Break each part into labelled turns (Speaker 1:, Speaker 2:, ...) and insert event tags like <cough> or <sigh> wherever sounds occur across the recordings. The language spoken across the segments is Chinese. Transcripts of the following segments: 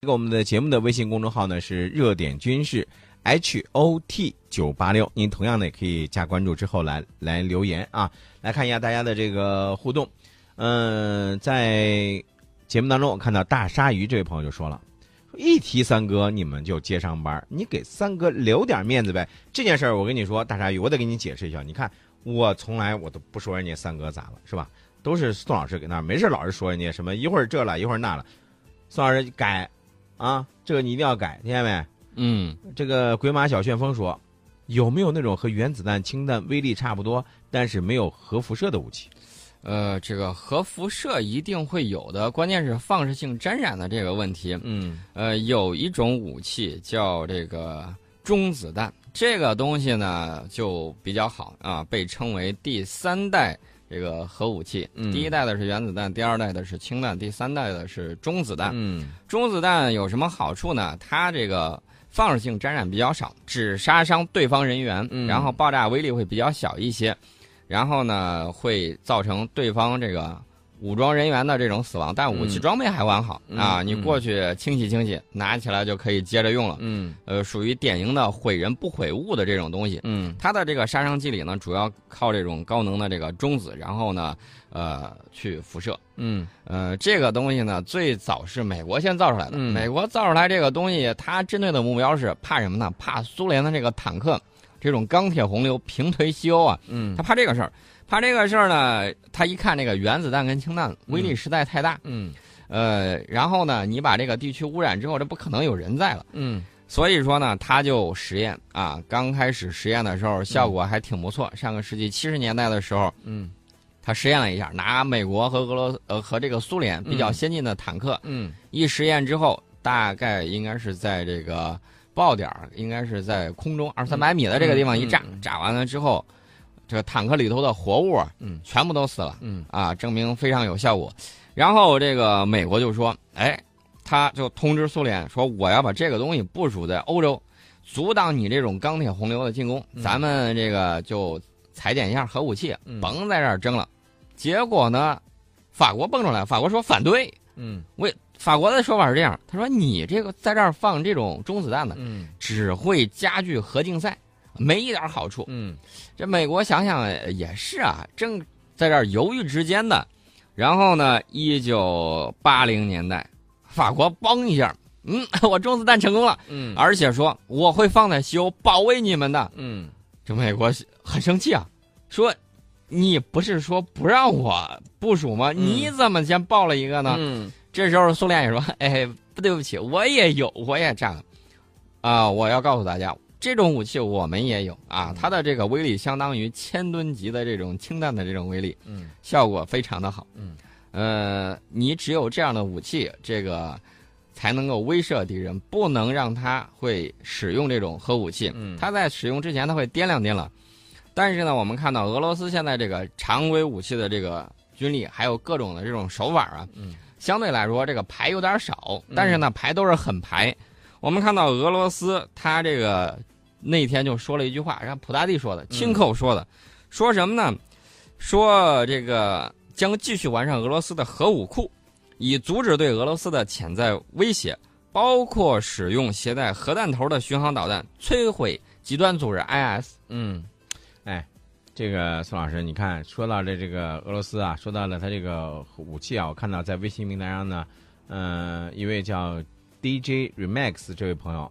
Speaker 1: 这个我们的节目的微信公众号呢是热点军事 H O T 九八六，您同样呢也可以加关注之后来来留言啊，来看一下大家的这个互动。嗯、在节目当中我看到大鲨鱼这位朋友就说了，说一提三哥你们就接上班儿，你给三哥留点面子呗。这件事儿我跟你说，大鲨鱼，我得给你解释一下。你看我从来我都不说人家三哥咋了，是吧？都是宋老师给那儿没事儿老是说人家什么一会儿这了一会儿那了，宋老师改。啊，这个你一定要改，听见没？
Speaker 2: 嗯，
Speaker 1: 这个鬼马小旋风说，有没有那种和原子弹氢弹威力差不多，但是没有核辐射的武器？
Speaker 2: 呃，这个核辐射一定会有的，关键是放射性沾染的这个问题。
Speaker 1: 嗯
Speaker 2: 呃，有一种武器叫这个中子弹，这个东西呢就比较好啊，被称为第三代这个核武器。
Speaker 1: 嗯
Speaker 2: 第一代的是原子弹，第二代的是氢弹，第三代的是中子弹。
Speaker 1: 嗯
Speaker 2: 中子弹有什么好处呢？它这个放射性沾染比较少，只杀伤对方人员，
Speaker 1: 嗯
Speaker 2: 然后爆炸威力会比较小一些，然后呢会造成对方这个武装人员的这种死亡，但武器
Speaker 1: 嗯
Speaker 2: 装备还完好、
Speaker 1: 嗯
Speaker 2: 啊，
Speaker 1: 嗯
Speaker 2: 你过去清洗清洗，拿起来就可以接着用了。
Speaker 1: 嗯
Speaker 2: 呃，属于典型的毁人不毁物的这种东西。
Speaker 1: 嗯
Speaker 2: 它的这个杀伤机理呢，主要靠这种高能的这个中子，然后呢，呃，去辐射。
Speaker 1: 嗯
Speaker 2: 呃，这个东西呢，最早是美国先造出来的。
Speaker 1: 嗯
Speaker 2: 美国造出来这个东西，它针对的目标是怕什么呢？怕苏联的这个坦克这种钢铁洪流平推西欧啊，
Speaker 1: 嗯
Speaker 2: 他怕这个事儿。怕这个事儿呢，他一看这个原子弹跟氢弹威力实在太大，
Speaker 1: 嗯
Speaker 2: 呃，然后呢，你把这个地区污染之后，这不可能有人在了。
Speaker 1: 嗯
Speaker 2: 所以说呢，他就实验啊，刚开始实验的时候效果还挺不错。上个世纪七十年代的时候，
Speaker 1: 嗯
Speaker 2: 他实验了一下，拿美国和俄罗呃和这个苏联比较先进的坦克，
Speaker 1: 嗯
Speaker 2: 一实验之后，大概应该是在这个爆点儿，应该是在空中二三百米的这个地方一炸，
Speaker 1: 嗯嗯嗯
Speaker 2: 炸完了之后，这个坦克里头的活物啊
Speaker 1: 嗯
Speaker 2: 全部都死了
Speaker 1: 嗯
Speaker 2: 啊，证明非常有效果。然后这个美国就说，哎，他就通知苏联说，我要把这个东西部署在欧洲，阻挡你这种钢铁洪流的进攻，
Speaker 1: 嗯
Speaker 2: 咱们这个就裁减一下核武器，
Speaker 1: 嗯
Speaker 2: 甭在这儿争了。结果呢，法国蹦出来，法国说反对。
Speaker 1: 嗯
Speaker 2: 为法国的说法是这样，他说你这个在这儿放这种中子弹呢，
Speaker 1: 嗯
Speaker 2: 只会加剧核竞赛，没一点好处。
Speaker 1: 嗯
Speaker 2: 这美国想想呃也是啊，正在这儿犹豫之间的。然后呢，一九八零年代，法国嘣一下，嗯， <laughs> 我中子弹成功了，
Speaker 1: 嗯
Speaker 2: 而且说我会放在西欧保卫你们的。
Speaker 1: 嗯
Speaker 2: 这美国很生气啊，说你不是说不让我部署吗？你怎么先报了一个呢？
Speaker 1: 嗯
Speaker 2: 这时候苏联也说：“ <laughs> 哎，不对不起，我也有，我也炸了。啊、我要告诉大家，这种武器我们也有啊，它的这个威力相当于千吨级的这种氢弹的这种威力，
Speaker 1: 嗯
Speaker 2: 效果非常的好。
Speaker 1: 嗯，
Speaker 2: 呃，你只有这样的武器，这个才能够威慑敌人，不能让他会使用这种核武器。
Speaker 1: 嗯
Speaker 2: 他在使用之前他会掂量掂量。但是呢，我们看到俄罗斯现在这个常规武器的这个军力，还有各种的这种手法啊，
Speaker 1: 嗯
Speaker 2: 相对来说这个牌有点少，但是呢牌都是狠牌。我们看到俄罗斯，他这个那天就说了一句话，让普大帝说的，亲口说的，说什么呢？说这个将继续完善俄罗斯的核武库，以阻止对俄罗斯的潜在威胁，包括使用携带核弹头的巡航导弹摧毁极端组织 IS。
Speaker 1: 嗯，哎，这个宋老师，你看说到了这个俄罗斯啊，说到了他这个武器啊，我看到在微信平台上呢，呃，一位叫 DJ Remax 这位朋友，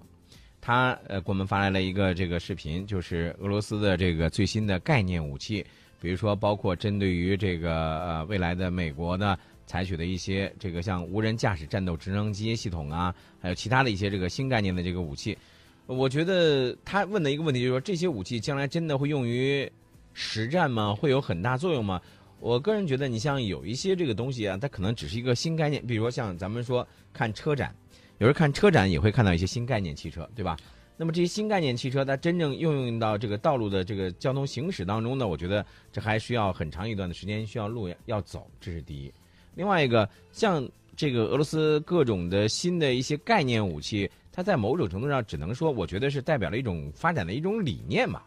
Speaker 1: 他呃给我们发来了一个这个视频，就是俄罗斯的这个最新的概念武器，比如说包括针对于这个呃未来的美国呢。采取的一些这个像无人驾驶战斗直升机系统啊，还有其他的一些这个新概念的这个武器，我觉得他问的一个问题就是说，这些武器将来真的会用于实战吗？会有很大作用吗？我个人觉得，你像有一些这个东西啊，它可能只是一个新概念，比如说像咱们说看车展，有时候看车展也会看到一些新概念汽车，对吧？那么这些新概念汽车，它真正应用到这个道路的这个交通行驶当中呢，我觉得这还需要很长一段的时间，需要路要走，这是第一。另外一个，像这个俄罗斯各种的新的一些概念武器，它在某种程度上只能说，我觉得是代表了一种发展的一种理念吧。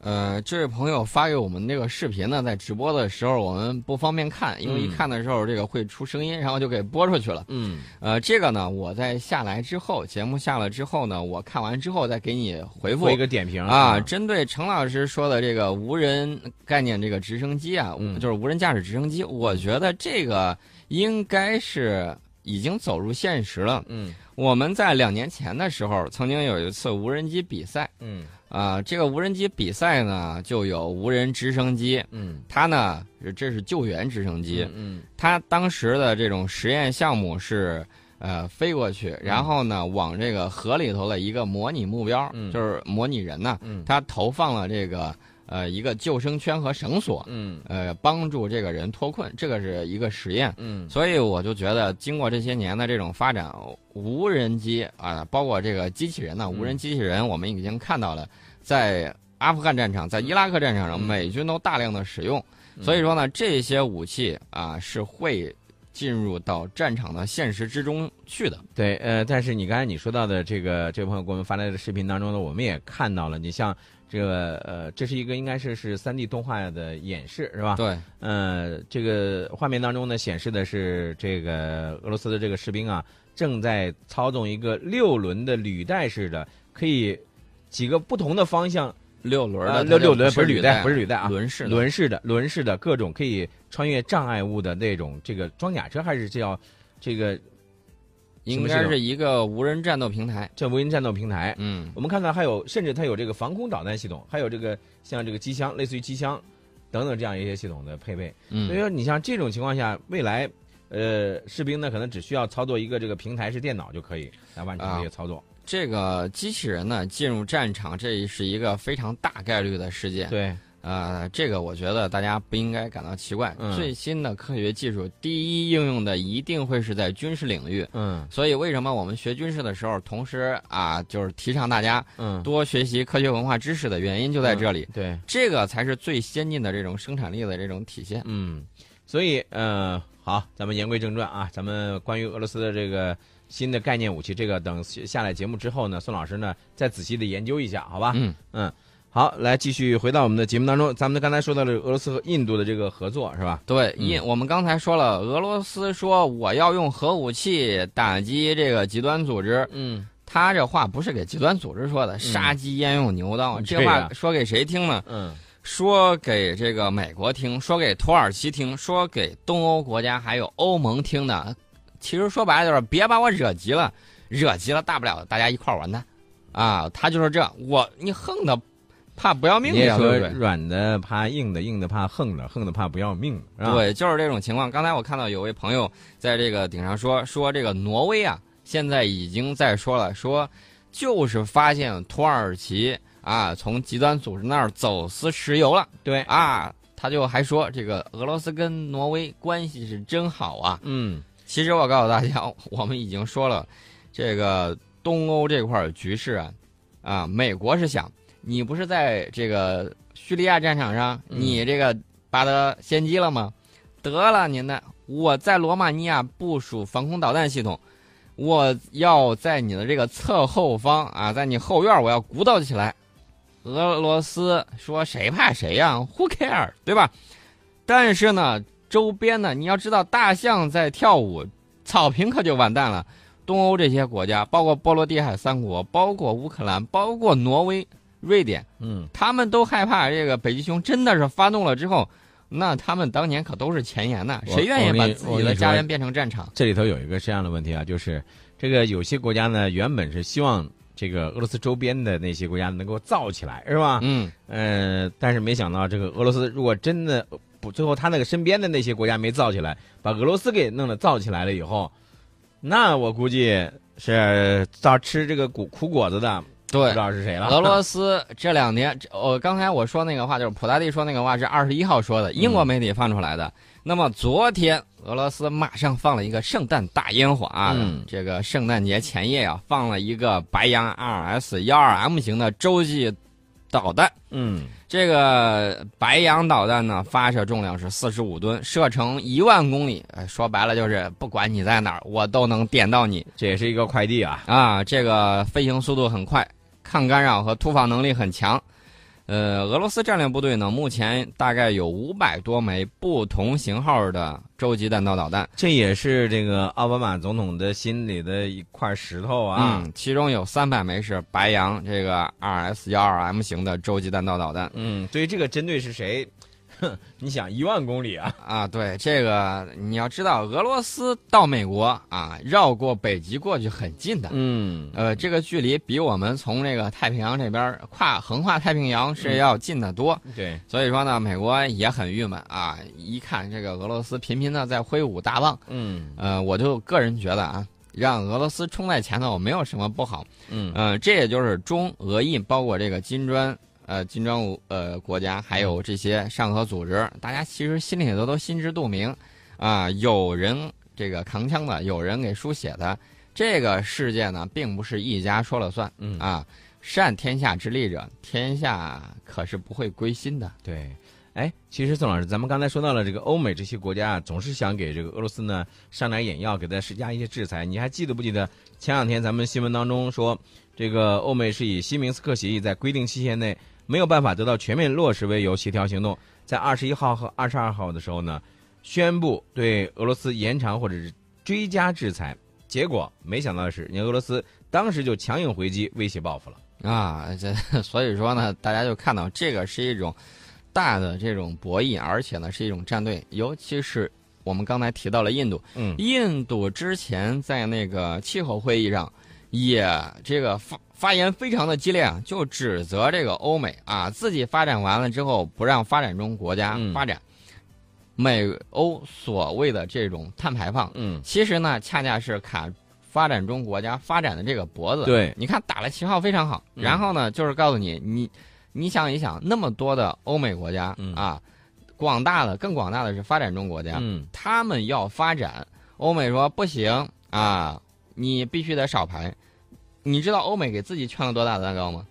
Speaker 2: 呃，这位朋友发给我们那个视频呢，在直播的时候我们不方便看，因为一
Speaker 1: 嗯
Speaker 2: 看的时候这个会出声音，然后就给播出去了。
Speaker 1: 嗯
Speaker 2: 呃，这个呢，我在下来之后，节目下了之后呢，我看完之后再给你回复
Speaker 1: 做一个点评
Speaker 2: 啊。针对程老师说的这个无人概念，这个直升机啊，
Speaker 1: 嗯
Speaker 2: 就是无人驾驶直升机，我觉得这个应该是已经走入现实了。
Speaker 1: 嗯
Speaker 2: 我们在两年前的时候，曾经有一次无人机比赛
Speaker 1: 嗯
Speaker 2: 啊、这个无人机比赛呢，就有无人直升机，
Speaker 1: 嗯
Speaker 2: 它呢这是救援直升机，
Speaker 1: 嗯
Speaker 2: 它当时的这种实验项目是。呃，飞过
Speaker 1: 嗯
Speaker 2: 去，然后呢，往这个河里头的一个模拟目标，
Speaker 1: 嗯
Speaker 2: 就是模拟人呢，
Speaker 1: 嗯
Speaker 2: 它投放了这个呃一个救生圈和绳索，
Speaker 1: 嗯
Speaker 2: 呃，帮助这个人脱困，这个是一个实验。
Speaker 1: 嗯
Speaker 2: 所以我就觉得，经过这些年的这种发展，无人机啊，包括这个机器人呢，无
Speaker 1: 嗯
Speaker 2: 人机器人，我们已经看到了，在阿富汗战场、在伊拉克战场上，
Speaker 1: 嗯
Speaker 2: 美军都大量的使用。
Speaker 1: 嗯
Speaker 2: 所以说呢，这些武器啊是会进入到战场的现实之中去的。
Speaker 1: 对，呃，但是你刚才你说到的这个这位朋友给我们发来的视频当中呢，我们也看到了，你像这个呃，这是一个应该是是三 D 动画的演示是吧？
Speaker 2: 对，
Speaker 1: 呃，这个画面当中呢显示的是这个俄罗斯的这个士兵啊，正在操纵一个六轮的履带式的，可以几个不同的方向，
Speaker 2: 六轮
Speaker 1: 呃，
Speaker 2: 的，
Speaker 1: 六六轮不
Speaker 2: 不
Speaker 1: 是履带，不是
Speaker 2: 是
Speaker 1: 履带啊，
Speaker 2: 轮式的，
Speaker 1: 轮式的轮式的各种可以穿越障碍物的那种这个装甲车，还是叫这个什
Speaker 2: 应
Speaker 1: 么系
Speaker 2: 该
Speaker 1: 统
Speaker 2: 是一个无人战斗平台。
Speaker 1: 这无人战斗平台。
Speaker 2: 嗯，
Speaker 1: 我们看到还有，甚至它有这个防空导弹系统，还有这个像这个机箱，类似于机箱等等这样一些系统的配备。所以
Speaker 2: 嗯，
Speaker 1: 说，你像这种情况下，未来呃，士兵呢可能只需要操作一个这个平台式电脑就可以来完成这些操作。
Speaker 2: 这个机器人呢进入战场，这是一个非常大概率的事件。
Speaker 1: 对，
Speaker 2: 呃，这个我觉得大家不应该感到奇怪。
Speaker 1: 嗯
Speaker 2: 最新的科学技术，第一应用的一定会是在军事领域。
Speaker 1: 嗯
Speaker 2: 所以，为什么我们学军事的时候，同时啊，就是提倡大家
Speaker 1: 嗯，
Speaker 2: 多学习科学文化知识的原因就在这里。
Speaker 1: 对，
Speaker 2: 这个才是最先进的这种生产力的这种体现。
Speaker 1: 嗯，所以呃，好，咱们言归正传啊，咱们关于俄罗斯的这个新的概念武器，这个等下来节目之后呢，宋老师呢再仔细的研究一下，好吧？
Speaker 2: 嗯
Speaker 1: 嗯，好，来继续回到我们的节目当中，咱们刚才说到了俄罗斯和印度的这个合作，是吧？
Speaker 2: 对，
Speaker 1: 嗯
Speaker 2: 因我们刚才说了，俄罗斯说我要用核武器打击这个极端组织，
Speaker 1: 嗯
Speaker 2: 他这话不是给极端组织说的，杀鸡焉用牛刀，
Speaker 1: 嗯
Speaker 2: 这
Speaker 1: 对
Speaker 2: 话
Speaker 1: 呀
Speaker 2: 说给谁听呢？
Speaker 1: 嗯
Speaker 2: 说给这个美国听，说给土耳其听，说给东欧国家还有欧盟听的。其实说白了就是别把我惹急了，惹急了大不了大家一块儿完蛋，啊，他就是这，我你横的怕不要命
Speaker 1: 你也
Speaker 2: 呀，
Speaker 1: 说
Speaker 2: 对不
Speaker 1: 软的怕硬的，硬的怕横的，横的怕不要命，是
Speaker 2: 对？
Speaker 1: 吧？
Speaker 2: 对，就是这种情况。刚才我看到有位朋友在这个顶上说说这个挪威啊，现在已经在说了，说就是发现土耳其啊从极端组织那儿走私石油了。
Speaker 1: 对，
Speaker 2: 啊，他就还说这个俄罗斯跟挪威关系是真好啊。
Speaker 1: 嗯
Speaker 2: 其实我告诉大家， <laughs> 我们已经说了，这个东欧这块儿局势啊，啊，美国是想你不是在这个叙利亚战场上，
Speaker 1: 嗯
Speaker 2: 你这个拔得先机了吗？得了您的，我在罗马尼亚部署防空导弹系统，我要在你的这个侧后方啊，在你后院，我要鼓捣起来。俄罗斯说谁怕谁呀、w h o care，对吧？但是呢，周边呢，你要知道，大象在跳舞，草坪可就完蛋了。东欧这些国家，包括波罗的海三国，包括乌克兰，包括挪威、瑞典，
Speaker 1: 嗯，
Speaker 2: 他们都害怕这个北极熊真的是发动了之后，那他们当年可都是前沿呐，
Speaker 1: 我
Speaker 2: 谁愿意把自
Speaker 1: 我
Speaker 2: 己
Speaker 1: 跟
Speaker 2: 的
Speaker 1: 你
Speaker 2: 家
Speaker 1: 说
Speaker 2: 园变成战场？
Speaker 1: 这里头有一个这样的问题啊，就是这个有些国家呢，原本是希望这个俄罗斯周边的那些国家能够造起来，是吧？
Speaker 2: 嗯，
Speaker 1: 嗯、但是没想到这个俄罗斯如果真的不，最后他那个身边的那些国家没造起来，把俄罗斯给弄得造起来了以后，那我估计是到吃这个苦苦果子的，不
Speaker 2: 对
Speaker 1: 知，道是谁了。
Speaker 2: 俄罗斯这两年，这我、刚才我说那个话就是普大帝说那个话是二十一号说的，英国媒体放出来的。那么昨天俄罗斯马上放了一个圣诞大烟火啊，
Speaker 1: 嗯
Speaker 2: 这个圣诞节前夜啊，放了一个白洋 RS 幺二 M 型的洲际导弹。
Speaker 1: 嗯
Speaker 2: 这个白洋导弹呢，发射重量是四十五吨，射程一万公里。哎说白了就是，不管你在哪儿，我都能点到你。
Speaker 1: 这也是一个快递啊。
Speaker 2: 啊，这个飞行速度很快，抗干扰和突防能力很强。呃，俄罗斯战略部队呢，目前大概有五百多枚不同型号的洲际弹道导弹，
Speaker 1: 这也是这个奥巴马总统的心里的一块石头啊。
Speaker 2: 嗯，其中有三百枚是白洋这个 RS 幺二 M 型的洲际弹道导弹
Speaker 1: 嗯，对于这个针对是谁，哼，你想一万公里啊？
Speaker 2: 啊。对，这个你要知道，俄罗斯到美国啊，绕过北极过去很近的。
Speaker 1: 嗯
Speaker 2: 呃，这个距离比我们从这个太平洋这边儿跨横跨太平洋是要近得多，
Speaker 1: 对，
Speaker 2: 所以说呢，美国也很郁闷啊！一看这个俄罗斯频频的在挥舞大棒，
Speaker 1: 嗯
Speaker 2: 呃，我就个人觉得啊，让俄罗斯冲在前头没有什么不好。
Speaker 1: 嗯
Speaker 2: 嗯、这也就是中俄印，包括这个金砖，呃，金砖五呃国家，还
Speaker 1: 嗯
Speaker 2: 有这些上合组织，大家其实心里头都心知肚明，啊、有人这个扛枪的，有人给书写的，这个世界呢，并不是一家说了算
Speaker 1: 嗯，
Speaker 2: 啊。善天下之利者，天下可是不会归心的。
Speaker 1: 对。哎，其实宋老师，咱们刚才说到了这个欧美这些国家啊，总是想给这个俄罗斯呢上点眼药，给它施加一些制裁。你还记得不记得前两天咱们新闻当中说，这个欧美是以新明斯克协议在规定期限内没有办法得到全面落实为由协调行动，在二十一号和二十二号的时候呢，宣布对俄罗斯延长或者是追加制裁。结果没想到的是，人家俄罗斯当时就强硬回击，威胁报复了。
Speaker 2: 啊，这 <laughs> 所以说呢，大家就看到这个是一种大的这种博弈，而且呢是一种战队，尤其是我们刚才提到了印度，
Speaker 1: 嗯
Speaker 2: 印度之前在那个气候会议上也这个发发言非常的激烈啊，就指责这个欧美啊自己发展完了之后不让发展中国家
Speaker 1: 嗯
Speaker 2: 发展，美欧所谓的这种碳排放，
Speaker 1: 嗯，
Speaker 2: 其实呢恰恰是卡发展中国家发展的这个脖子。
Speaker 1: 对，
Speaker 2: 你看打了旗号非常好，
Speaker 1: 嗯
Speaker 2: 然后呢，就是告诉你，你你想一想，那么多的欧美国家、
Speaker 1: 嗯
Speaker 2: 啊，广大的更广大的是发展中国家，
Speaker 1: 嗯
Speaker 2: 他们要发展，欧美说不行啊，你必须得少排。你知道欧美给自己圈了多大的蛋糕吗？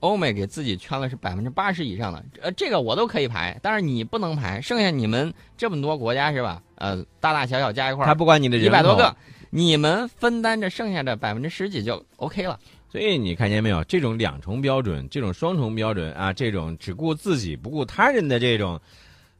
Speaker 2: 欧美给自己圈了是百分之八十以上的，呃，这个我都可以排，但是你不能排，剩下你们这么多国家是吧？呃，大大小小加一块
Speaker 1: 他
Speaker 2: 儿，
Speaker 1: 不管你的人
Speaker 2: 一
Speaker 1: 口
Speaker 2: 百多个，你们分担着剩下的百分之十几就 OK 了。
Speaker 1: 所以你看见没有，这种两重标准，这种双重标准啊，这种只顾自己不顾他人的这种，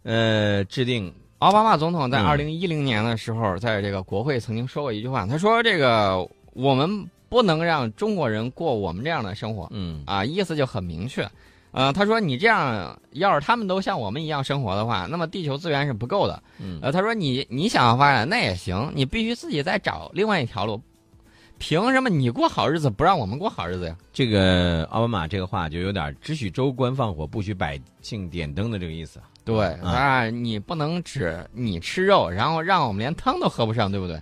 Speaker 1: 呃，制定，
Speaker 2: 奥巴马总统在
Speaker 1: 嗯
Speaker 2: 二零一零年的时候，在这个国会曾经说过一句话，他说：“这个我们不能让中国人过我们这样的生活
Speaker 1: 嗯
Speaker 2: 啊。”意思就很明确。呃，他说：“你这样，要是他们都像我们一样生活的话，那么地球资源是不够的。
Speaker 1: 嗯
Speaker 2: 呃，他说你你想要发展那也行，你必须自己再找另外一条路。凭什么你过好日子不让我们过好日子呀？
Speaker 1: 这个奥巴马这个话就有点只许州官放火，不许百姓点灯的这个意思。
Speaker 2: 对，哎
Speaker 1: 嗯
Speaker 2: 啊，你不能只你吃肉，然后让我们连汤都喝不上，对不对？